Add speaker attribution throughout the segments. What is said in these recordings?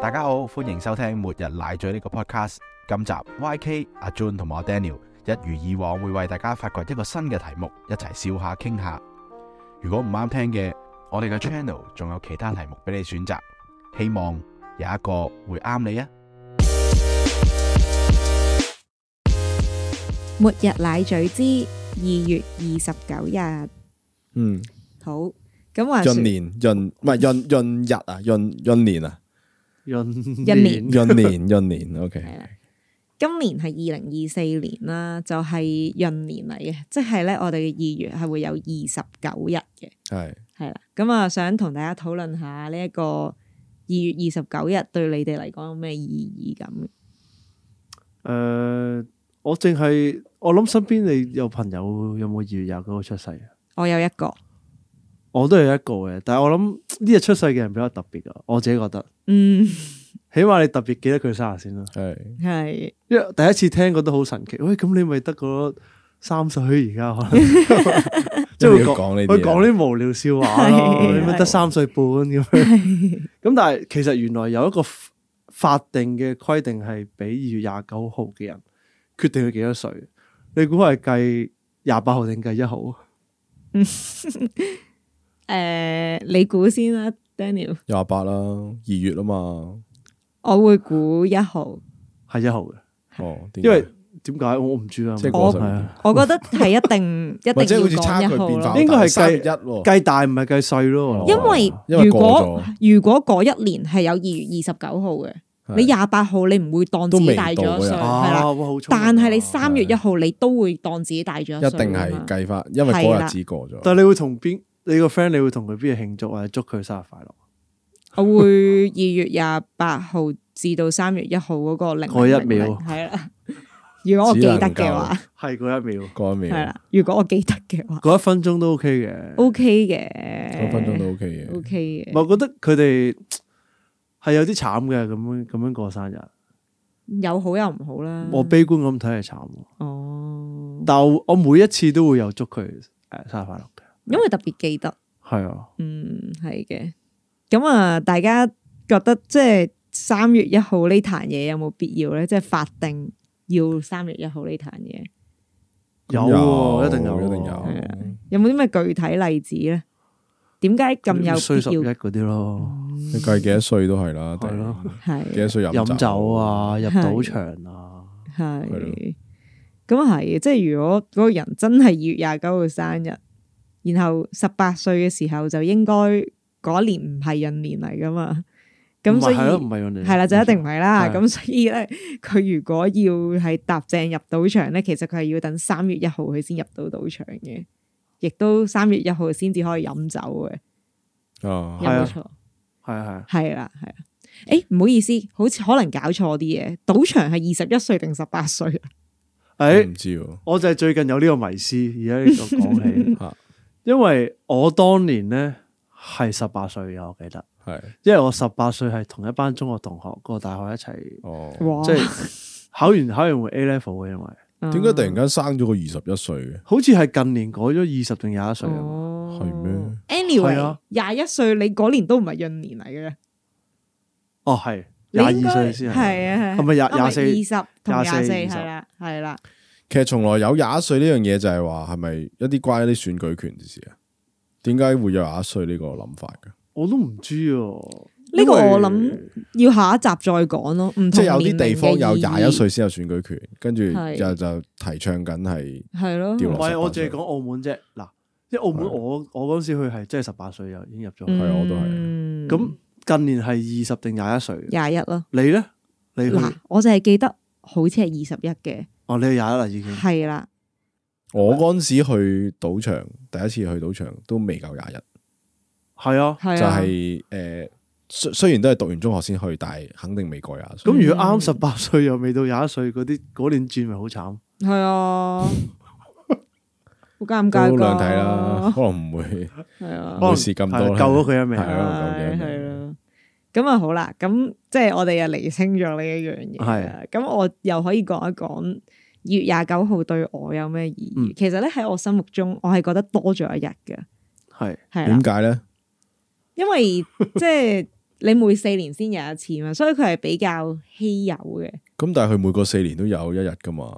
Speaker 1: 大家好，歡迎收聽《末日奶嘴》呢個 podcast。今集 YK 阿 Jun 同埋我 Daniel 一如以往會為大家發掘一個新嘅題目，一齊笑下傾下。如果唔啱聽嘅，我哋嘅 channel 仲有其他題目俾你選擇，希望有一個會啱你啊！
Speaker 2: 末日奶嘴之二月二十九日，
Speaker 3: 嗯，
Speaker 2: 好咁話說
Speaker 3: 闰年闰唔係闰闰日啊，闰闰年啊，
Speaker 4: 闰
Speaker 2: 一年
Speaker 3: 闰年闰年，OK，
Speaker 2: 係啦，今年係二零二四年啦，就係闰年嚟嘅，即係咧我哋嘅二月係會有二十九日嘅，
Speaker 3: 係
Speaker 2: 係啦，咁啊想同大家討論下呢一個二月二十九日對你哋嚟講有咩意義咁？
Speaker 4: 誒、呃我淨係我諗身邊你有朋友有冇二月廿九號出世啊？
Speaker 2: 我有一個，
Speaker 4: 我都有一個嘅，但係我諗呢日出世嘅人比較特別啊，我自己覺得，
Speaker 2: 嗯，
Speaker 4: 起碼你特別記得佢生日先啦。
Speaker 3: 係
Speaker 2: 係
Speaker 4: 因為第一次聽覺得好神奇，喂，咁你咪得嗰三十歲而家可能，即係會
Speaker 3: 一定要
Speaker 4: 講
Speaker 3: 講呢啲
Speaker 4: 會
Speaker 3: 嘢
Speaker 4: 講啲無聊 笑話咯，
Speaker 2: 係
Speaker 4: 你咪得三歲半咁樣。咁但係其實原來有一個法定嘅規定係俾二月廿九號嘅人決定佢幾多歲，你估係計廿八號定計一號？
Speaker 2: 誒，你估先啦，Daniel，
Speaker 3: 廿八啦，二月啊嘛，
Speaker 2: 我會估一號。
Speaker 4: 係一號嘅，
Speaker 3: 哦，點解
Speaker 4: 因為點解我唔知啊，
Speaker 3: 即係
Speaker 2: 過
Speaker 3: 十
Speaker 4: 係啊
Speaker 2: 我覺得係一 定一定要
Speaker 3: 或者好似差
Speaker 2: 講
Speaker 3: 距
Speaker 2: 一號
Speaker 3: 變化
Speaker 2: 咯
Speaker 3: 好大，
Speaker 4: 應該係計
Speaker 3: 三月一喎，
Speaker 4: 計大唔係計細
Speaker 3: 哦
Speaker 4: 咯，
Speaker 2: 因為
Speaker 3: 因為
Speaker 2: 如果
Speaker 3: 過
Speaker 2: 如果嗰一年係有二月二十九號嘅，
Speaker 3: 係
Speaker 2: 你廿八號你唔會當自己大咗
Speaker 3: 都未
Speaker 2: 歲，
Speaker 3: 到嗰日
Speaker 2: 係啦。
Speaker 4: 啊，哇好聰明啊
Speaker 2: 但係你
Speaker 3: 哦
Speaker 2: 三月一號你都會當自己大咗歲
Speaker 3: 一定
Speaker 2: 㗎
Speaker 3: 係
Speaker 2: 嘛
Speaker 3: 計法，因為嗰日子過咗，
Speaker 4: 但係你會同邊你個 friend，你會同佢邊日慶祝或者祝佢生日快樂？
Speaker 2: 我會二月廿八號至到三月一號嗰個零
Speaker 4: 嗰一秒
Speaker 2: 係啦。如果我記得嘅話，
Speaker 4: 係嗰一秒，
Speaker 3: 過一秒
Speaker 2: 係，啦。如果我記得嘅話
Speaker 4: 嗰一分鐘都 OK 嘅。
Speaker 2: ，OK
Speaker 3: 嗰分鐘
Speaker 2: 嘅
Speaker 3: 都 OK 嘅，
Speaker 2: ，OK
Speaker 4: 唔係
Speaker 2: 嘅，
Speaker 4: 我覺得佢哋係有啲慘嘅，咁樣咁樣過生日，
Speaker 2: 有好有唔好啦。
Speaker 4: 我悲觀咁睇係慘喎。
Speaker 2: 哦，
Speaker 4: 但我我每一次都會有祝佢呃誒生日快樂嘅。
Speaker 2: 因為特別記得。
Speaker 4: 係啊，
Speaker 2: 嗯，係嘅。咁啊，大家覺得即係三月一號呢壇嘢有冇必要咧？即係法定要三月一號呢壇嘢，
Speaker 4: 有
Speaker 3: 咁
Speaker 4: 喎，一定有，
Speaker 3: 一定有
Speaker 2: 係啊有冇啲咩具體例子咧？點解咁
Speaker 4: 衰十一
Speaker 2: 有必要？
Speaker 4: 嗰啲咯，
Speaker 3: 你計幾多歲都係啦，
Speaker 4: 係咯，
Speaker 3: 定幾多
Speaker 2: 係
Speaker 3: 歲
Speaker 4: 飲
Speaker 3: 飲
Speaker 4: 酒，啊，入
Speaker 2: 係
Speaker 4: 賭場啊，
Speaker 2: 係
Speaker 3: 係咯
Speaker 2: 咁啊係，即係如果嗰個人真係二月廿九號生日，然後十八歲嘅時候就應該嗰一年唔係闰年嚟噶嘛，咁
Speaker 4: 唔
Speaker 2: 所
Speaker 4: 係
Speaker 2: 以
Speaker 4: 係咯，唔係用嚟
Speaker 2: 係啦，就一定唔係啦。
Speaker 4: 嗯係
Speaker 2: 咁所以咧，佢如果要係搭正入賭場咧，其實佢係要等三月一號佢先入到賭場嘅，亦都三月一號先至可以飲酒嘅，
Speaker 3: 啊
Speaker 2: 有，冇錯？
Speaker 4: 係啊係啊，
Speaker 2: 係啦，係啦。誒，唔好意思，好似可能搞錯啲嘢。賭場係二十一歲定十八歲啊？
Speaker 3: 我
Speaker 4: 誒
Speaker 3: 唔。知喎，
Speaker 4: 我就係最近有呢個迷思，而家呢個 講起
Speaker 3: 嚇，
Speaker 4: 因為我當年咧係十八歲嘅，我記得，
Speaker 3: 係
Speaker 4: 因為我十八歲係同一班中學同學過大學一齊，
Speaker 3: 哦，
Speaker 2: 哇！啊
Speaker 4: 即係考完考完會 A level 嘅，因為
Speaker 2: 嗯
Speaker 3: 點解突然間生咗個二十一歲嘅？
Speaker 4: 好似係近年改咗二十定廿一歲啊嘛，
Speaker 2: 哦
Speaker 3: 係咩
Speaker 4: 係
Speaker 2: Anyway，
Speaker 4: 啊
Speaker 2: 廿一歲你嗰年都唔係閏年嚟嘅，
Speaker 4: 哦係
Speaker 2: 你
Speaker 4: 廿
Speaker 2: 應該
Speaker 4: 二歲先
Speaker 2: 係啊係啊
Speaker 4: 係咪廿廿四？
Speaker 2: 二十同廿四
Speaker 4: 廿四
Speaker 2: 係啦，係啦。
Speaker 3: 其實從來有廿一歲呢樣嘢就係話係咪一啲關於啲選舉權嘅事啊？點解會有廿一歲呢個諗法嘅？
Speaker 4: 我都唔知啊，
Speaker 2: 呢個
Speaker 4: 因為
Speaker 2: 我諗要下一集再講咯，唔
Speaker 3: 即
Speaker 2: 係
Speaker 3: 係有啲地方有廿一歲先有選舉權，跟住
Speaker 2: 係
Speaker 3: 就就提倡緊係
Speaker 2: 係咯，
Speaker 3: 掉
Speaker 4: 唔
Speaker 3: 落
Speaker 4: 係我
Speaker 3: 18
Speaker 4: 淨
Speaker 3: 歲
Speaker 4: 係講澳門啫，嗱，因為澳門
Speaker 3: 係啊
Speaker 4: 我我嗰陣時去係真係十八歲又已經入咗
Speaker 2: 嗯
Speaker 3: 係
Speaker 4: 去，
Speaker 3: 啊我都係
Speaker 2: 係
Speaker 4: 咁近年係二十定廿一歲，
Speaker 2: 嗯廿一咯，
Speaker 4: 你咧你
Speaker 3: 嗯
Speaker 4: 去
Speaker 2: 嗱，我就係記得好似係二十一嘅，
Speaker 4: 哦你去廿一啦已
Speaker 3: 嗯
Speaker 4: 經。
Speaker 2: 係啦，
Speaker 3: 我嗰陣時去賭場，第一次去賭場都未夠廿一，
Speaker 4: 係啊，
Speaker 2: 係
Speaker 3: 就
Speaker 2: 啊，
Speaker 3: 係誒雖雖然都係讀完中學先去，但係肯定未過廿一歲。
Speaker 4: 咁如果啱十八歲又未到廿一歲嗰啲嗰年轉咪好慘，
Speaker 2: 係 啊，好尷尬
Speaker 3: 都
Speaker 2: 㗎
Speaker 3: 兩睇 啦，，可能唔會
Speaker 2: 係啊
Speaker 3: 唔會，試咁多
Speaker 4: 係
Speaker 3: 啦。
Speaker 4: 救咗佢一命
Speaker 3: 係。啊
Speaker 2: 係
Speaker 3: 咁樣
Speaker 2: 係咯。咁啊好啦，咁即係我哋又厘清咗呢一樣嘢啦。咁我又可以講一講二月廿九號對我有咩意義？
Speaker 4: 嗯
Speaker 2: 其實咧喺我心目中，我係覺得多咗一日嘅，
Speaker 4: 係
Speaker 2: 係啦
Speaker 3: 點，解咧？
Speaker 2: 因為即係你每四年先有一次嘛，所以佢係比較稀有嘅。
Speaker 3: 咁但系佢每個四年都有一日噶嘛，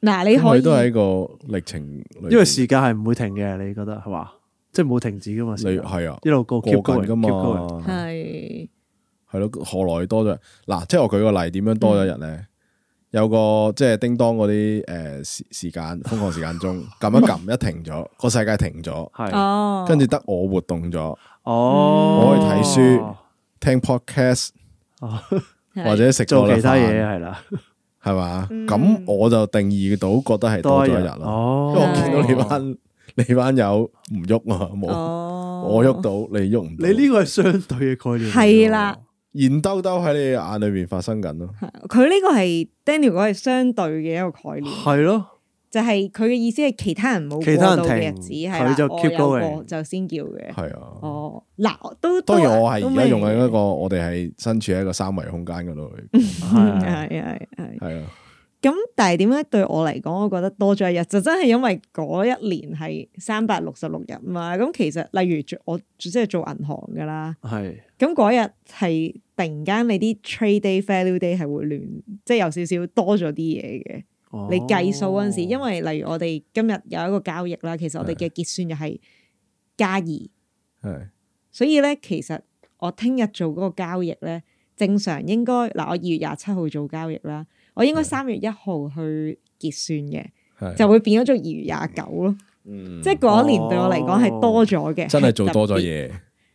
Speaker 2: 嗱，你
Speaker 3: 咁
Speaker 2: 可
Speaker 3: 佢都
Speaker 2: 以
Speaker 3: 喺個歷程裏邊，
Speaker 4: 因為時間係唔會停嘅，你覺得係嘛？即係冇停止噶嘛？時間
Speaker 3: 你係啊
Speaker 4: 一路高 keep
Speaker 3: 過紧
Speaker 4: going
Speaker 3: 噶嘛
Speaker 4: keep going，
Speaker 2: 係
Speaker 3: 係咯，何來多咗？嗱，即係我舉個例，點樣多咗一日
Speaker 2: 嗯
Speaker 3: 咧？有個即係叮當嗰啲诶時時間瘋狂時間 鐘，撳一撳一停咗，個世界停咗，
Speaker 4: 係
Speaker 2: 哦，
Speaker 3: 跟住得我活動咗，
Speaker 4: 哦，
Speaker 3: 我去睇書聽 podcast
Speaker 2: 係
Speaker 3: 或者食多
Speaker 4: 做
Speaker 3: 粒
Speaker 4: 其他嘢啊
Speaker 3: 飯
Speaker 4: 係啦，
Speaker 3: 係嘛？
Speaker 2: 嗯
Speaker 3: 咁我就定義到覺得係多咗一日啦。因
Speaker 4: 哦，
Speaker 3: 為我見到你
Speaker 4: 哦
Speaker 3: 班 你班友唔喐啊，冇
Speaker 2: 哦，
Speaker 3: 我喐到，你喐唔到，
Speaker 4: 你呢個係相對嘅概念嚟㗎，
Speaker 2: 係啦
Speaker 3: 現兜兜喺你眼裏面發生緊咯。
Speaker 2: 佢呢個係 Daniel 嗰係相對嘅一個概念，
Speaker 4: 係咯。
Speaker 2: 就係佢嘅意思係其他人冇
Speaker 4: 其他
Speaker 2: 過
Speaker 4: 人
Speaker 2: 到嘅日
Speaker 4: 停
Speaker 2: 子係啦
Speaker 4: 佢就
Speaker 2: 我
Speaker 4: keep
Speaker 2: 有
Speaker 4: going
Speaker 2: 過就先叫嘅。
Speaker 3: 係啊，
Speaker 2: 哦，嗱，都
Speaker 3: 當然我係而家用緊一
Speaker 2: 個
Speaker 3: 個，我哋係身處喺一個三維空間嗰度去，
Speaker 2: 嗯係係係。
Speaker 3: 係啊，
Speaker 2: 咁但係點解對我嚟講，我覺得多咗一日就真係因為嗰一年係三百六十六日嘛。咁其實例如做我即係做銀行噶啦，
Speaker 4: 係
Speaker 2: 咁嗰日係突然間你啲 trade day、value day 係會亂，即係有少少多咗啲嘢嘅。
Speaker 4: 哦
Speaker 2: 你計數嗰陣時，因為例如我哋今日有一個交易啦，其實我哋嘅結算又係加二。
Speaker 3: 係
Speaker 2: 所以咧，其實我聽日做嗰個交易咧，正常應該嗱，我二月廿七號做交易啦，我應該三月一號去結算嘅，
Speaker 3: 係
Speaker 2: 就會變咗做二月廿九咯。
Speaker 3: 嗯哦
Speaker 2: 即係嗰一年對我嚟講係多咗嘅，
Speaker 3: 真係做多咗
Speaker 2: 係
Speaker 3: 嘢，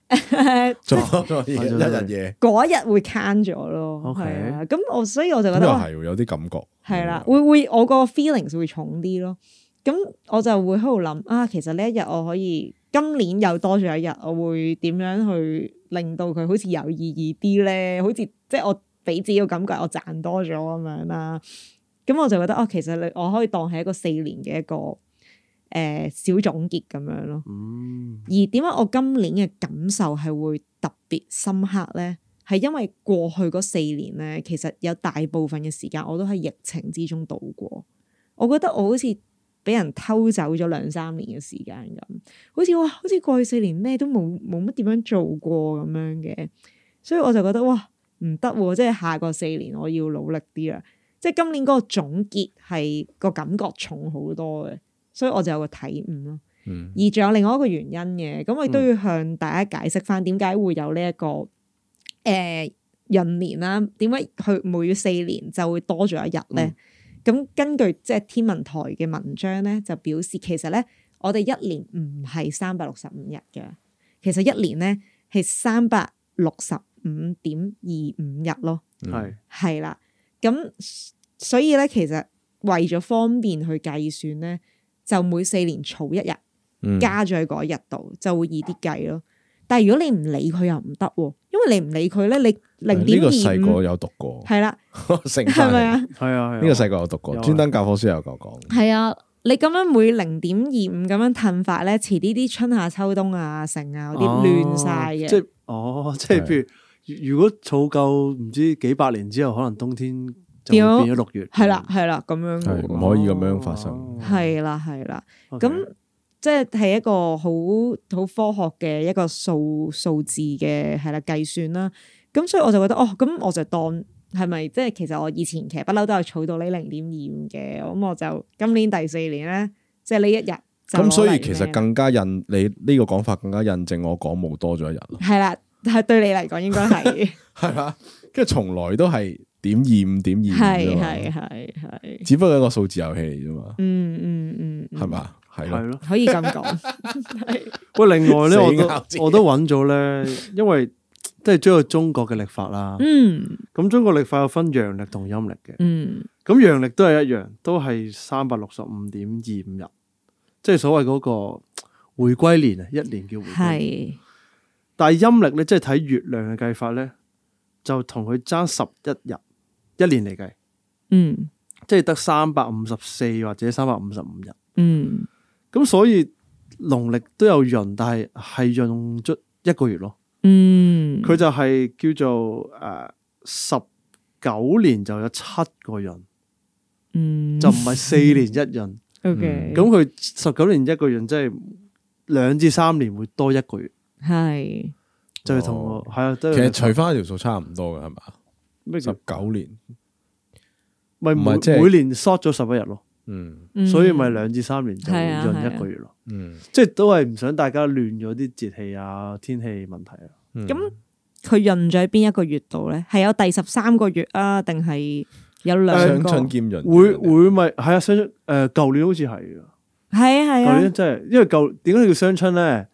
Speaker 2: 特別。
Speaker 3: 做多咗嘢，
Speaker 4: 做多咗嘢
Speaker 3: 一日嘢，
Speaker 2: 嗰一日會 can 咗咯，
Speaker 4: OK
Speaker 2: 係啊，咁我所以我就覺
Speaker 3: 咁
Speaker 2: 得
Speaker 3: 又
Speaker 2: 哇
Speaker 3: 係喎有啲感覺，
Speaker 2: 係啦，會會我個 feelings 會重啲咯。咁我就會喺度諗啊，其實呢一日我可以今年又多咗一日，我會點樣去令到佢好似有意義啲咧？好似即係我俾自己個感覺，我賺多咗咁樣啦。咁我就覺得哦、其實你我可以當係一個四年嘅一個誒、呃小總結咁樣咯。
Speaker 4: 嗯
Speaker 2: 而點解我今年嘅感受係會特別深刻呢？係因為過去嗰四年呢，其實有大部分嘅時間我都喺疫情之中度過。我覺得我好似俾人偷走咗兩三年嘅時間咁，好似哇，好似過去四年咩都冇冇乜點樣做過咁樣嘅，所以我就覺得哇唔得喎，即係下個四年我要努力啲啦。即係今年嗰個總結係個感覺重好多嘅，所以我就有個體悟咯。
Speaker 3: 嗯
Speaker 2: 而仲有另外一個原因嘅，咁我亦都要向大家解釋翻點解會有呢、一個誒、呃、閏年啦，點解佢每四年就會多咗一日咧？咁、根據即係天文台嘅文章咧，就表示其實咧，我哋一年唔係三百六十五日嘅，其實一年咧係三百六十五點二五日咯。
Speaker 3: 嗯
Speaker 4: 係
Speaker 2: 係啦，咁所以咧，其實為咗方便去計算咧，就每四年儲一日。
Speaker 3: 嗯
Speaker 2: 加咗喺嗰一日度，就會易啲計咯。但係如果你唔理佢又唔得喎，因為你唔理佢咧，你零
Speaker 3: 呢
Speaker 2: 點
Speaker 3: 個細
Speaker 2: 二
Speaker 3: 個
Speaker 2: 五
Speaker 3: 有讀過，
Speaker 2: 係啦，
Speaker 3: 成
Speaker 2: 係
Speaker 3: 翻
Speaker 2: 咪
Speaker 3: 嚟
Speaker 2: 啊？
Speaker 4: 係啊係啊，
Speaker 3: 呢個細個有讀過，
Speaker 4: 有啊
Speaker 3: 專登教科書有講講，
Speaker 2: 係啊，你咁樣每零點二五咁樣褪法咧，遲啲啲春夏秋冬啊、成啊嗰啲亂晒
Speaker 4: 哦
Speaker 2: 嘅。
Speaker 4: 即係哦， 即係譬如如如果儲夠唔知幾百年之後，可能冬天就
Speaker 2: 變咗
Speaker 4: 會變咗六月。
Speaker 2: 係啦，係啦，咁樣
Speaker 3: 係
Speaker 2: 嘅
Speaker 3: 唔
Speaker 2: 喎
Speaker 3: 可以咁樣發生。
Speaker 2: 係啦，係啦。
Speaker 4: 哦
Speaker 2: 咁即係係一個好好科學嘅一個數數字嘅係啦計算啦。咁所以我就覺得哦，咁我就當係咪即係其實我以前其實不嬲都有儲到呢零點二五嘅，咁我就今年第四年咧，即係呢一日就
Speaker 3: 咁所
Speaker 2: 攞
Speaker 3: 以
Speaker 2: 嚟
Speaker 3: 其
Speaker 2: 咩
Speaker 3: 實更加印你呢個講法更加印證我講冇多咗一日 咯，
Speaker 2: 係啦，係對你嚟講應該
Speaker 3: 啊
Speaker 2: 係
Speaker 3: 係嘛？跟住從來都係點二五點二
Speaker 2: 係
Speaker 3: 五
Speaker 2: 係係係，
Speaker 3: 只不過一個數字遊戲嚟啫嘛，
Speaker 2: 嗯嗯嗯，嗯
Speaker 3: 係？嘛？啊係
Speaker 4: 係
Speaker 3: 咯，
Speaker 4: 咯。
Speaker 2: 可以咁 講，
Speaker 4: 喂，另外咧，我
Speaker 3: 死咬字
Speaker 4: 都我都揾咗 咧，因為即係將個中國嘅曆法啦。
Speaker 2: 嗯
Speaker 4: 咁中國曆法有分陽曆同陰曆嘅。
Speaker 2: 嗯
Speaker 4: 咁陽曆都係一樣，都係三百六十五點二五日，即係所謂嗰個回歸年啊，一年叫回歸年。
Speaker 2: 係
Speaker 4: 但係陰曆咧，即係睇月亮嘅計法咧，就同佢爭十一日，一年嚟計，
Speaker 2: 嗯
Speaker 4: 即係得三百五十四或者三百五十五日。
Speaker 2: 嗯
Speaker 4: 咁所以農曆都有閏，但係係閏足一個月咯。
Speaker 2: 嗯，
Speaker 4: 佢就係叫做誒十九年就有七個閏，
Speaker 2: 嗯
Speaker 4: 就唔係四年一閏。
Speaker 2: OK
Speaker 4: 咁佢十九年一個月，即係兩至三年會多一個月。
Speaker 2: 係
Speaker 4: 就係同我係啊，都
Speaker 3: 其
Speaker 4: 係
Speaker 3: 實除翻條數差唔多嘅係嘛？
Speaker 4: 咩叫
Speaker 3: 十九年，
Speaker 4: 咪
Speaker 3: 唔係即
Speaker 4: 每
Speaker 3: 係
Speaker 4: 每年 short 咗十一日咯，
Speaker 3: 嗯
Speaker 2: 嗯
Speaker 4: 所以咪兩至三年就
Speaker 2: 係啊係
Speaker 4: 潤
Speaker 2: 啊
Speaker 4: 一個月咯。
Speaker 3: 嗯
Speaker 4: 即係都係唔想大家亂咗啲節氣啊、天氣問題啊。
Speaker 3: 嗯
Speaker 2: 咁佢潤咗喺邊一個月度咧？係有第十三個月啊，定係有兩
Speaker 3: 相
Speaker 2: 個？
Speaker 3: 親
Speaker 2: 係
Speaker 3: 兼潤，
Speaker 4: 會會咪係啊？相誒舊年好似係啊，
Speaker 2: 啊係
Speaker 4: 舊年
Speaker 2: 啊，
Speaker 4: 真係因為舊點解叫相春咧？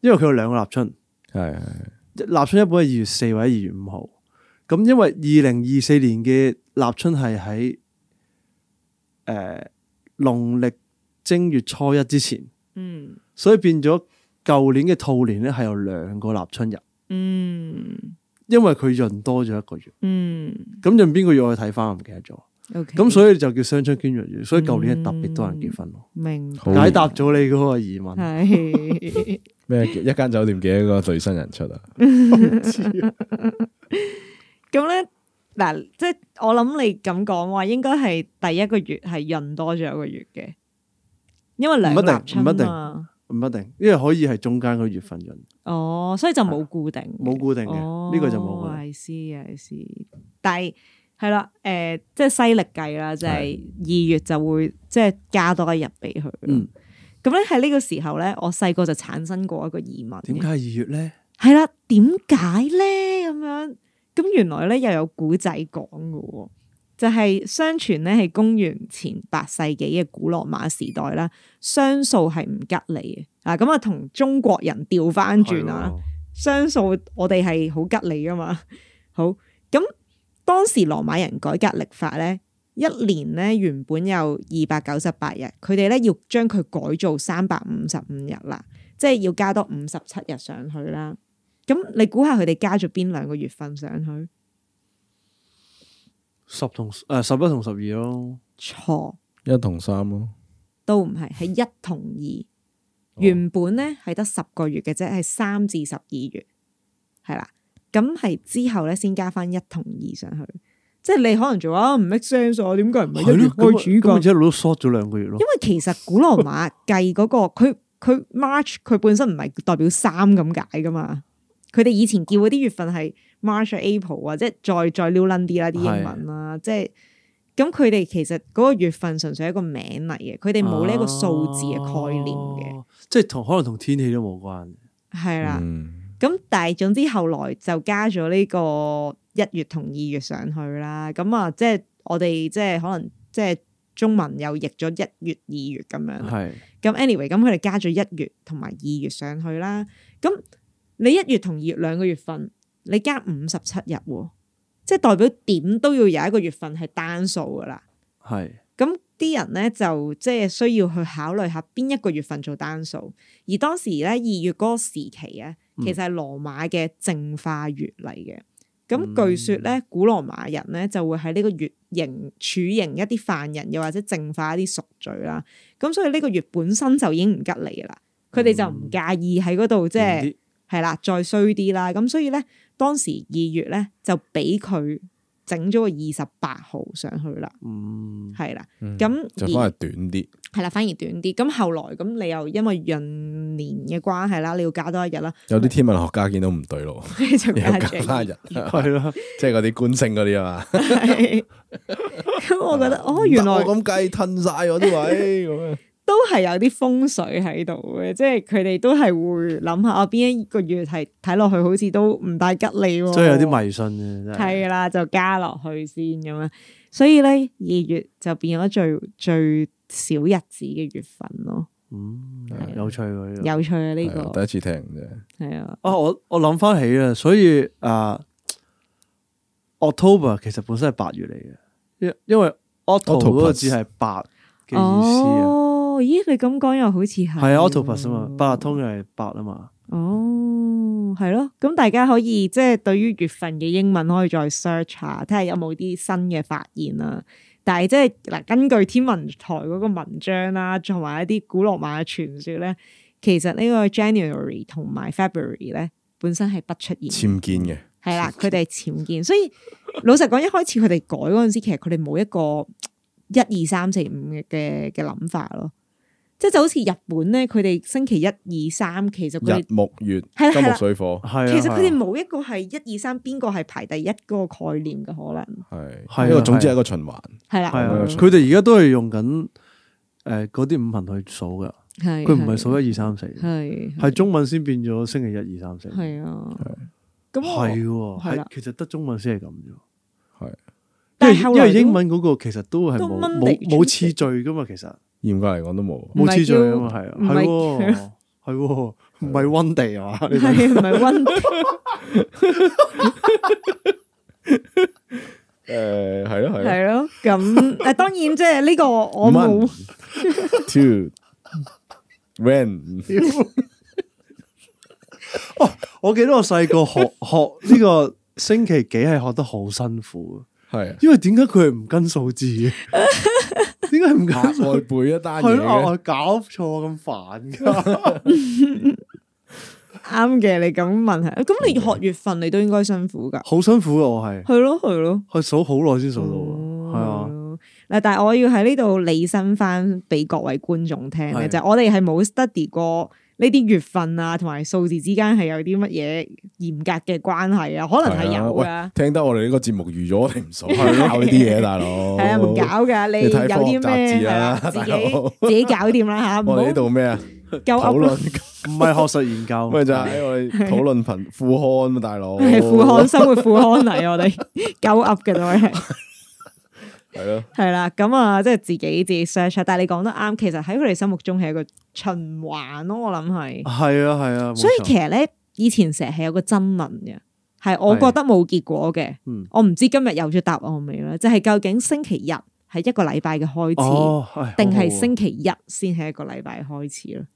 Speaker 4: 因為佢有兩個立春，
Speaker 3: 係係
Speaker 4: 一立春一本係二月四或者二月五號。咁因為二零二四年嘅立春係喺誒農曆正月初一之前，
Speaker 2: 嗯
Speaker 4: 所以變咗舊年嘅兔年咧係有兩個立春日，
Speaker 2: 嗯
Speaker 4: 因為佢潤多咗一個月。
Speaker 2: 嗯
Speaker 4: 咁潤邊個月我去睇翻，我唔記得咗。
Speaker 2: ，OK。
Speaker 4: 咁所以就叫雙春捐弱月，所以舊年係特別多人結婚咯。
Speaker 2: 明白
Speaker 3: 好
Speaker 4: 解答咗你嗰個疑問，
Speaker 2: 係
Speaker 3: 咩？一間酒店幾多個對新人出啊？
Speaker 2: 咁咧嗱，即係我諗你咁講話，應該係第一個月係潤多咗一個月嘅，因為兩
Speaker 4: 唔一定
Speaker 2: 立春
Speaker 4: 唔一定
Speaker 2: 嘛。
Speaker 4: 唔一定，因為可以係中間個月份潤，
Speaker 2: 哦，所以就冇固定嘅，
Speaker 4: 冇固定嘅呢個就冇固定
Speaker 2: 哦係是係是，但係係啦，誒，即係西歷計啦，就係二月就會即係加多一日俾佢。
Speaker 4: 嗯，
Speaker 2: 咁咧喺呢個時候咧，我細個就產生過一個疑問嘅，
Speaker 4: 點解係二月咧？
Speaker 2: 係啦，點解咧咁樣？咁原來咧又有古仔講嘅喎，就係、相傳咧係公元前八世紀嘅古羅馬時代啦，雙數係唔吉利嘅。嗱咁啊，同中國人調翻轉啊，雙數我哋係好吉利噶嘛。 好咁，當時羅馬人改革歷法咧，一年咧原本有二百九十八日，佢哋咧要將佢改做三百五十五日啦，即係要加多五十七日上去啦。咁你估下佢哋加咗邊兩個月份上去？
Speaker 4: 十同誒十一同十二咯，
Speaker 2: 錯，
Speaker 3: 一同三咯，
Speaker 2: 都唔係，係一同二。
Speaker 3: 哦
Speaker 2: 原本咧係得十個月嘅啫，係三至十二月，係啦。咁係之後咧先加翻一同二上去，即係你可能做啊唔 make sense 啊，點解唔係一月
Speaker 4: 咁
Speaker 2: 開始
Speaker 4: 咁啊
Speaker 2: 㗎
Speaker 4: 咪一路都 short 咗兩個月咯
Speaker 2: 因。為其實古羅馬計嗰、個佢佢 March 佢本身唔係代表三咁解噶嘛，佢哋以前叫嗰啲月份係 March April 啊，即係再再撩撚啲啦啲英文啦，即係咁佢哋其實嗰個月份純粹係一個名嚟嘅，佢哋冇呢一個數字嘅概念嘅，
Speaker 4: 哦，啊即係同可能同天氣都冇關。
Speaker 2: 係啦、
Speaker 3: 嗯
Speaker 2: 咁但係總之後來就加咗呢個一月同二月上去啦。咁啊，即係我哋即係可能即係中文又譯咗一月二月咁樣啦。
Speaker 4: 係
Speaker 2: 咁 anyway，咁佢哋加咗一月同埋二月上去啦。咁你一月同二月兩個月份，你加五十七日喎，即係代表點都要有一個月份係單數噶啦。
Speaker 4: 係
Speaker 2: 咁啲人咧就即係需要去考慮下邊一個月份做單數，而當時咧二月嗰個時期咧，
Speaker 4: 嗯
Speaker 2: 其實係羅馬嘅淨化月嚟嘅。咁
Speaker 4: 嗯
Speaker 2: 據說咧，古羅馬人咧就會喺呢個月刑處刑一啲犯人，又或者淨化一啲贖罪啦。咁所以呢個月本身就已經唔吉利啦，佢哋就
Speaker 4: 嗯
Speaker 2: 唔介意喺嗰度即係。
Speaker 4: 啲
Speaker 2: 係啦，再衰啲啦。咁所以咧，當時二月咧就俾佢整咗個二十八號上去啦，
Speaker 4: 嗯
Speaker 2: 係啦。
Speaker 3: 嗯
Speaker 2: 咁
Speaker 3: 就
Speaker 2: 而
Speaker 3: 翻係短啲，
Speaker 2: 係啦，反而短啲。咁後來咁你又因為閏年嘅關係啦，你要加多一日啦，
Speaker 3: 有啲天文學家見到唔對路，
Speaker 2: 就
Speaker 3: 又
Speaker 2: 加
Speaker 3: 加
Speaker 2: 咗
Speaker 3: 翻一日，
Speaker 4: 係咯，
Speaker 3: 即係嗰啲官星嗰啲啊嘛。
Speaker 2: 係咁我覺得哦，原來
Speaker 3: 唔得 我咁計褪晒嗰啲位咁樣。
Speaker 2: 都係有啲風水喺度嘅，即係佢哋都係會諗下啊，邊一個月係睇落去好似都唔大吉利喎，
Speaker 4: 所以有啲迷信嘅真係。
Speaker 2: 哦係啊啦，就加落去先咁樣。所以咧，二月就變咗最最少日子嘅月份咯。
Speaker 4: 嗯
Speaker 2: 係
Speaker 4: 有趣喎呢個。
Speaker 2: 有趣啊呢
Speaker 3: 係啊
Speaker 2: 個，
Speaker 3: 第一次聽啫，
Speaker 2: 係啊，
Speaker 4: 啊，我我谂翻起啦，所以啊，October 其實本身係八月嚟嘅，因因为 Octo 嗰個
Speaker 3: Octopus
Speaker 4: 字係八嘅意思啊，
Speaker 2: 哦，咦，你咁講又好似係
Speaker 4: 係啊
Speaker 2: 喎
Speaker 4: ，Octopus 啊嘛，八達通又係八啊嘛，
Speaker 2: 哦，係咯，咁大家可以即係對於月份嘅英文可以再 search 下，睇下有冇啲新嘅發現啦。但係即係嗱，根據天文台嗰個文章啦，同埋一啲古羅馬嘅傳說咧，其實呢個 January 同埋 February 咧本身係不出現嘅，
Speaker 3: 僭建嘅，
Speaker 2: 係啦，佢哋係僭建。所以老實講，一開始佢哋改嗰陣時，其實佢哋冇一個一二三四五嘅嘅嘅諗法咯。即係就好似日本咧，佢哋星期一、二、三，其實佢哋
Speaker 3: 日木月
Speaker 2: 係啦
Speaker 3: 金
Speaker 2: 係
Speaker 3: 木
Speaker 2: 啦
Speaker 3: 水火
Speaker 4: 係啊，
Speaker 2: 其實佢哋
Speaker 4: 係啊
Speaker 2: 冇一個係一二三，邊個係排第一嗰個概念嘅可能
Speaker 3: 係
Speaker 4: 係啊
Speaker 3: 呢個總之
Speaker 4: 係
Speaker 3: 係
Speaker 4: 啊
Speaker 3: 一個循環，
Speaker 2: 係
Speaker 4: 係啊
Speaker 2: 啦，
Speaker 3: 嗯
Speaker 4: 佢哋而家都係用緊诶嗰啲五行去數噶，
Speaker 2: 係
Speaker 4: 佢唔係數一二三四，
Speaker 2: 係
Speaker 4: 係中文先變咗星期一二三四，
Speaker 2: 係啊，咁我
Speaker 4: 係喎，
Speaker 2: 係啦
Speaker 4: 係其實得中文先係咁啫。
Speaker 3: 係
Speaker 2: 但係
Speaker 4: 因
Speaker 2: 後
Speaker 4: 為
Speaker 2: 來
Speaker 4: 因
Speaker 2: 都
Speaker 4: 為英文嗰個其實都係
Speaker 2: 都
Speaker 4: 冇
Speaker 2: 掹
Speaker 4: 冇
Speaker 2: 嚟轉
Speaker 4: 冇次序噶嘛，其實
Speaker 3: 嚴格嚟講都冇。
Speaker 2: 唔係
Speaker 4: 冇次序
Speaker 2: 叫
Speaker 4: 噶嘛，係啊，
Speaker 2: 唔
Speaker 4: 係
Speaker 2: 係
Speaker 4: 喎，係喎，唔係温地啊嘛，
Speaker 2: 係唔係温
Speaker 3: 誒係咯係咯
Speaker 2: 係咯？咁誒當然即係呢個我冇
Speaker 3: One,。two when
Speaker 4: 我記得我細個學 學呢個星期幾係學得好辛苦，
Speaker 2: 啊
Speaker 3: 係
Speaker 4: 因為點解佢係唔跟數 字嘅？點解唔跟
Speaker 3: 額
Speaker 4: 數
Speaker 3: 啊外
Speaker 4: 字？
Speaker 3: 背一單
Speaker 4: 係
Speaker 3: 嘢
Speaker 4: 咯，
Speaker 3: 嘅
Speaker 4: 我搞錯咁煩㗎。
Speaker 2: 啱嘅，你咁問係，咁你學月份你都應該辛苦㗎，
Speaker 4: 好辛苦啊！我係
Speaker 2: 係咯係咯，
Speaker 4: 去數好耐先數到
Speaker 2: 哦
Speaker 4: 啊，係啊，
Speaker 2: 嗱，但係我要喺呢度理身翻俾各位觀眾聽咧，
Speaker 4: 係
Speaker 2: 就係我哋係冇 study 過呢啲月份啊，同埋數字之間係有啲乜嘢嚴格嘅關係啊，可能係有
Speaker 3: 係
Speaker 2: 㗎，
Speaker 3: 聽得我哋呢個節目預咗，你唔數搞呢啲嘢，大佬
Speaker 2: 係啊，唔搞㗎，你
Speaker 3: 你睇科學
Speaker 2: 有啲
Speaker 3: 雜
Speaker 2: 咩
Speaker 3: 誌
Speaker 2: 係
Speaker 3: 啦
Speaker 2: 啦，自
Speaker 3: 大佬
Speaker 2: 己自己搞掂啦吓，唔
Speaker 3: 我
Speaker 2: 好
Speaker 3: 哋呢度咩啊？
Speaker 2: 夠
Speaker 3: 討
Speaker 2: up 啦
Speaker 3: 論，
Speaker 4: 唔係學術研 究，
Speaker 3: 咪就係我哋討論貧富刊啊，大佬
Speaker 2: 係富康生活富康嚟，我哋夠 up 嘅都係。
Speaker 3: 係咯，
Speaker 2: 係啦，咁啊，即係自己自己 search 啊但係你講得啱，其實喺佢哋心目中係一個循環咯，我諗係。
Speaker 4: 係啊係啊，冇
Speaker 2: 所以
Speaker 4: 錯
Speaker 2: 其實咧，以前成日係有個爭論嘅，係我
Speaker 4: 係
Speaker 2: 覺得冇結果嘅
Speaker 4: 嗯，
Speaker 2: 我唔知今日有咗答案未啦，就係究竟星期日係一個禮拜嘅開始，
Speaker 4: 哦，係
Speaker 2: 定係
Speaker 4: 好好啊
Speaker 2: 星期一先係一個禮拜開始咯？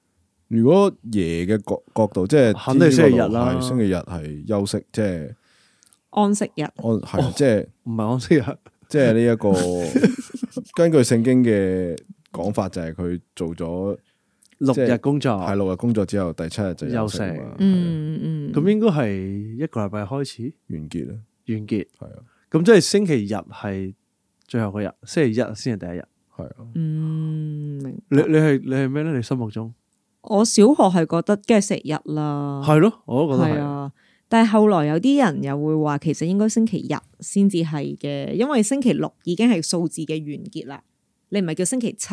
Speaker 3: 如果爺嘅角角度，即係
Speaker 4: 肯定星期日啦
Speaker 3: 係星期日係休息，即係
Speaker 2: 安息
Speaker 4: 啊
Speaker 2: 日
Speaker 3: 安
Speaker 4: 哦
Speaker 3: 係啊即係
Speaker 4: 唔係安息日。
Speaker 3: 即係呢一個 根據聖經嘅講法，就係佢做咗
Speaker 4: 六
Speaker 3: 即係
Speaker 4: 日工作，
Speaker 3: 係六日工作之後，第七日就休息啊
Speaker 4: 休息
Speaker 3: 嘛，係啊
Speaker 2: 嗯嗯，
Speaker 4: 咁應該係一個禮拜開始
Speaker 3: 完結啦，
Speaker 4: 完結，
Speaker 3: 係啊
Speaker 4: 咁即係星期日係最後嗰日，星期一先係第一日。
Speaker 3: 係啊，
Speaker 2: 嗯，明
Speaker 4: 你你係你係咩咧？你心目中
Speaker 2: 我小學係覺得梗係星期日啦。
Speaker 4: 係咯，我都覺得
Speaker 2: 係
Speaker 4: 係。
Speaker 2: 啊，但係後來有啲人又會話，其實應該星期日先至係嘅，因為星期六已經係數字嘅完結啦。你唔係叫星期七，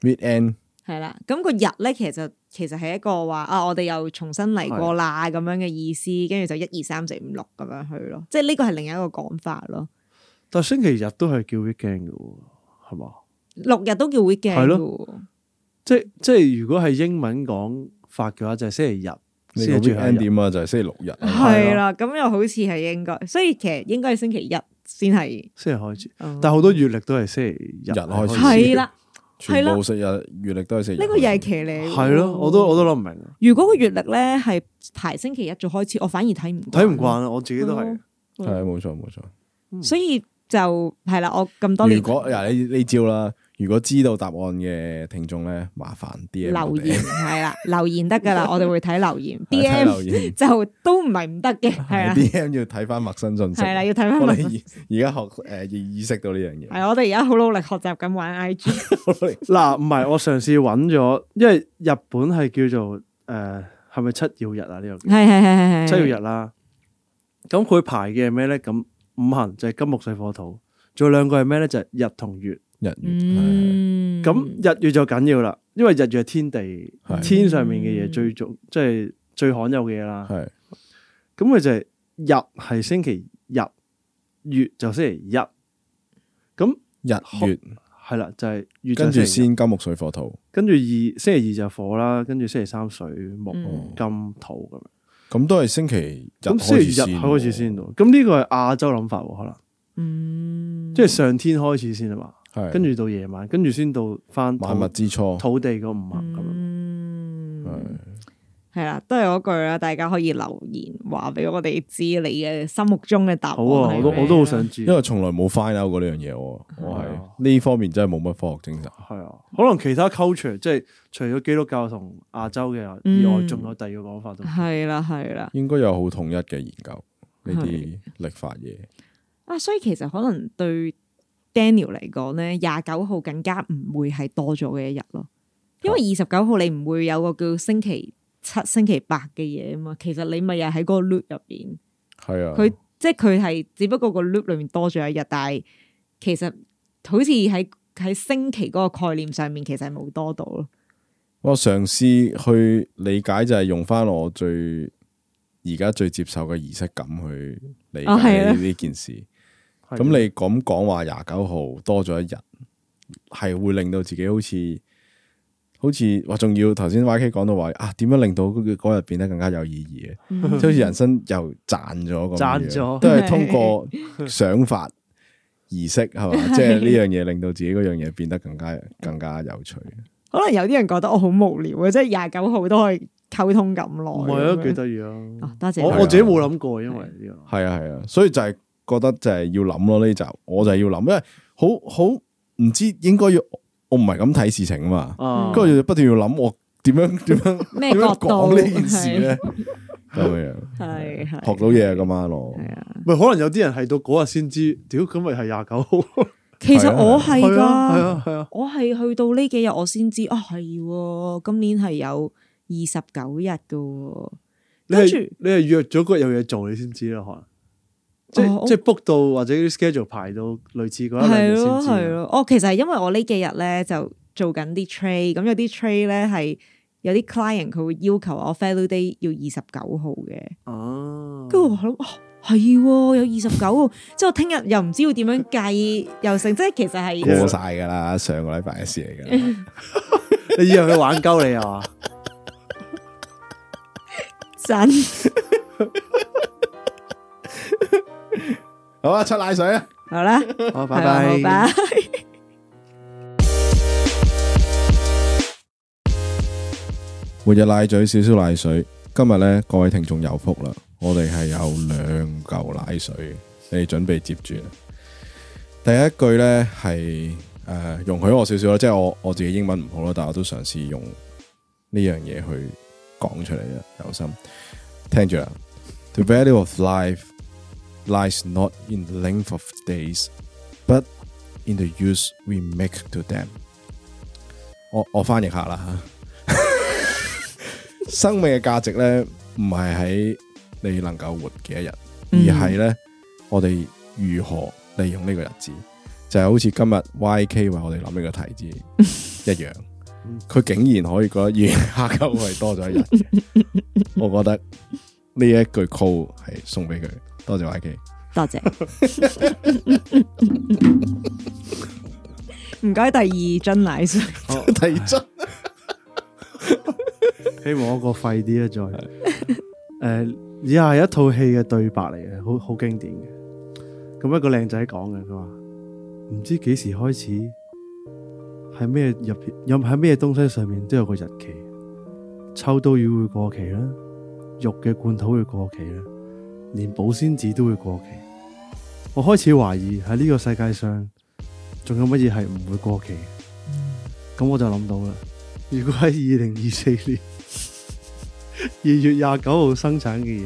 Speaker 3: mid end
Speaker 2: 係啦。咁、個日咧，其實其實係一個話啊，我哋又重新嚟過啦咁樣嘅意思，跟住就一二三四五六咁樣去咯。即係呢個係另一個講法咯。
Speaker 4: 但係星期日都係叫 weekend 嘅喎，係嘛？
Speaker 2: 六日都叫 weekend
Speaker 4: 係
Speaker 2: 嘅
Speaker 4: 咯
Speaker 2: 喎
Speaker 4: 即係即係如果係英文講法嘅話，就係星期日
Speaker 3: 你
Speaker 4: 先
Speaker 3: 個
Speaker 4: 係最後
Speaker 3: weekend
Speaker 4: 一日。
Speaker 3: 點啊？就係星期六日啊，
Speaker 2: 係啦，咁又好似係應該，所以其實應該係星期一先係。
Speaker 4: 先係開始。
Speaker 2: 嗯
Speaker 4: 但係好多月曆都係星期日
Speaker 3: 日開始
Speaker 2: 係啦，
Speaker 3: 全
Speaker 2: 係
Speaker 3: 部
Speaker 2: 啦
Speaker 3: 食日月曆都係星期日
Speaker 2: 呢個又係騎呢。
Speaker 4: 係咯，我都我都諗唔明，啊
Speaker 2: 如果個月曆咧係排星期一做開始，我反而睇唔慣
Speaker 4: 睇唔慣，啊！我自己都係
Speaker 2: 係
Speaker 3: 係啊冇錯冇錯。
Speaker 2: 所以就係啦。我咁多年
Speaker 3: 如果嗱你呢招啦，如果知道答案嘅聽眾咧，麻煩 D M
Speaker 2: 留 言係啦，留言得 㗎啦，我哋會睇留言，D M
Speaker 3: 留言
Speaker 2: 就都唔係唔得 嘅，係啦，
Speaker 3: ，D M 要睇翻陌生信息。
Speaker 2: 係啦，要睇翻
Speaker 3: 我
Speaker 2: 文
Speaker 3: 哋。而而家學诶意識到呢樣嘢。
Speaker 2: 係我哋而家好努力學習緊玩 I G，
Speaker 4: 嗱，唔係我嘗試揾咗，因為日本係叫做誒係咪七曜日啊？呢個叫
Speaker 2: 係係係係
Speaker 4: 七曜日啦。咁佢排嘅係咩咧？咁五行就係金木水火土，仲有兩個係咩咧？就係日同月。
Speaker 3: 日月
Speaker 2: 嗯，
Speaker 4: 咁日月就緊要啦，因為日月係天地
Speaker 3: 係
Speaker 4: 天上面嘅
Speaker 2: 嗯
Speaker 4: 嘢最重，即係最罕有嘅嘢啦。
Speaker 3: 係
Speaker 4: 咁佢就係日係星期日，月就星期一。咁
Speaker 3: 係日
Speaker 4: 係啦，就係月
Speaker 3: 月，
Speaker 4: 就
Speaker 3: 跟
Speaker 4: 星
Speaker 3: 住
Speaker 4: 期日
Speaker 3: 先金木水火土。
Speaker 4: 跟住二星期二就火啦，跟住星期三水木
Speaker 2: 嗯
Speaker 4: 金土咁樣。
Speaker 3: 咁都係星期日
Speaker 4: 咁
Speaker 3: 開
Speaker 4: 星
Speaker 3: 始
Speaker 4: 期日
Speaker 3: 先
Speaker 4: 開
Speaker 3: 喎，
Speaker 4: 始先喎，咁呢個係亞洲諗法喎，可能
Speaker 2: 嗯，
Speaker 4: 即係上天開始先啊嘛，
Speaker 3: 係
Speaker 4: 跟住到夜晚，跟住先到翻土
Speaker 3: 萬物之初，
Speaker 4: 土地嗰五行咁樣。
Speaker 2: 嗯
Speaker 3: 係。
Speaker 2: 係啦，都係嗰句啦，大家可以留言話俾我哋知你嘅心目中嘅答案
Speaker 4: 好啊，
Speaker 2: 係
Speaker 4: 我都
Speaker 2: 咩
Speaker 4: 我都好
Speaker 2: 啦
Speaker 4: 想知，
Speaker 3: 因為從來冇 find out 過呢樣嘢喎，我我
Speaker 4: 係
Speaker 3: 係
Speaker 4: 啊
Speaker 3: 呢方面真係冇乜科學精神。
Speaker 4: 係啊，可能其他 culture 即係除咗基督教同亞洲嘅以外，
Speaker 2: 嗯
Speaker 4: 仲有第二個講法都
Speaker 2: 係啦，係啦。
Speaker 3: 應該有好統一嘅研究呢啲曆法嘢，
Speaker 2: 啊，所以其實可能對 Daniel 嚟講咧，廿九號更加唔會係多咗嘅一日咯。因為
Speaker 3: 哦
Speaker 2: 二十九號你唔會有個叫星期七、星期八嘅嘢啊嘛，其實你咪又喺嗰個 loop 入邊，
Speaker 3: 系啊，
Speaker 2: 佢即係佢係只不過個 loop 裏面多咗一日，但係其實好似喺喺星期嗰個概念上面，其實係冇多到咯。
Speaker 3: 我嘗試去理解就係用翻我最而家最接受嘅儀式感去理
Speaker 2: 哦係
Speaker 3: 解
Speaker 2: 啊
Speaker 3: 呢呢件事。
Speaker 4: 係
Speaker 3: 咁你咁講話廿九號多咗一日，係會令到自己好似好似哇，仲要頭先 Y K 講到話啊，點樣令到嗰嗰日變得更加有意義嘅，
Speaker 2: 嗯
Speaker 3: 即係好似人生又賺咗咁樣，
Speaker 4: 賺啊咗
Speaker 3: 都係啊通過想法儀式 係嘛，即係呢樣嘢令到自己嗰樣嘢變得更加更加有趣。
Speaker 2: 可能有啲人覺得我好無聊啊嘅，即係廿九號都可以溝通咁耐。
Speaker 4: 唔係啊，幾
Speaker 2: 得
Speaker 4: 得意啊！
Speaker 2: 多謝
Speaker 4: 我我自己冇諗過，因為呢個
Speaker 3: 系啊系啊，所以就係覺得就係要諗咯呢集，我就係要諗，因為好好唔知應該要，我唔係咁睇事情啊嘛，
Speaker 4: 啊，
Speaker 2: 嗯
Speaker 3: 跟住就不斷要諗我 點樣點樣
Speaker 2: 咩
Speaker 3: 點
Speaker 2: 角
Speaker 3: 樣講
Speaker 2: 度
Speaker 3: 呢件事咧，咁樣
Speaker 2: 係係
Speaker 3: 學到嘢啊今晚我
Speaker 2: 係啊。
Speaker 4: 唔係可能有啲人係到嗰日先知，屌咁咪係廿九號，
Speaker 2: 其實我係
Speaker 4: 係啊係
Speaker 2: 㗎，
Speaker 4: 啊係啊，
Speaker 2: 我係去到呢幾日我先知啊，係喎，今年係有二十九日嘅喎。
Speaker 4: 你
Speaker 2: 跟住
Speaker 4: 係你係約咗嗰日有嘢做，你先知啦，可能即
Speaker 2: 哦
Speaker 4: 係即係 book 到或者啲 schedule 排到類似嗰一兩
Speaker 2: 係
Speaker 4: 日
Speaker 2: 咯
Speaker 4: 先
Speaker 2: 係
Speaker 4: 知啊
Speaker 2: 咯，我其實係因為我呢幾日咧就做緊啲 trade，咁有啲 trade 咧係有啲 client 佢會要求我 value day 要二十九號嘅，
Speaker 4: 啊。
Speaker 2: 跟住我諗哦係喎，有二十九號，即係我聽日又唔知要點樣計，又成，即係其實係
Speaker 3: 過晒噶啦，上個禮拜嘅事嚟噶啦，
Speaker 4: 你以為佢玩鳩你啊？
Speaker 2: 真。
Speaker 3: 好啊出奶水啊！
Speaker 2: 好啦，
Speaker 4: 好，拜
Speaker 2: 係啦好
Speaker 4: 拜。
Speaker 2: 拜。
Speaker 3: 每日奶嘴少少奶水，今日呢，各位聽眾有福啦，我哋係有兩嚿奶水，你哋準備接住啦。第一句呢係诶容許我少少啦，即係我我自己英文唔好啦，但我都嘗試用呢樣嘢去講出嚟啊，有心聽住啦。The value of life lies not in the length of days, but in the use we make to them 我。我翻譯下啦吓。生命嘅價值咧，唔係喺你能夠活嘅一日，
Speaker 2: 嗯
Speaker 3: 而係咧我哋如何利用呢個日子，就係好似今日 YK 為我哋諗呢個題字一樣。佢竟然可以覺得廿九係多咗一日嘅，我覺得呢一句 call 係送俾佢，多謝 YK。
Speaker 2: 多謝。 唔該，第二樽奶水。
Speaker 3: 第二樽
Speaker 4: 希望我個廢啲 啦，再誒，以下係一套戲嘅對白嚟嘅，好好經典嘅。咁一個靚仔講嘅，佢話唔知幾時開始，喺咩入有喺咩東西上面都有個日期，秋刀魚會過期啦，肉嘅罐頭會過期啦，連保鮮紙都會過期。我開始懷疑喺呢個世界上，仲有乜嘢係唔會過期嘅？咁我就諗到啦，如果喺二零二四年。二月廿九號生產嘅嘢，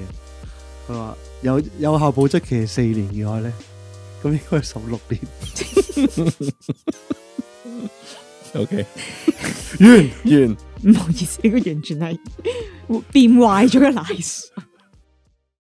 Speaker 4: 佢話有有效保質期係四年以外咧，咁應該係十六年。
Speaker 3: ，OK，完完。
Speaker 2: 唔好意思，呢個完全係變壞咗嘅奶水。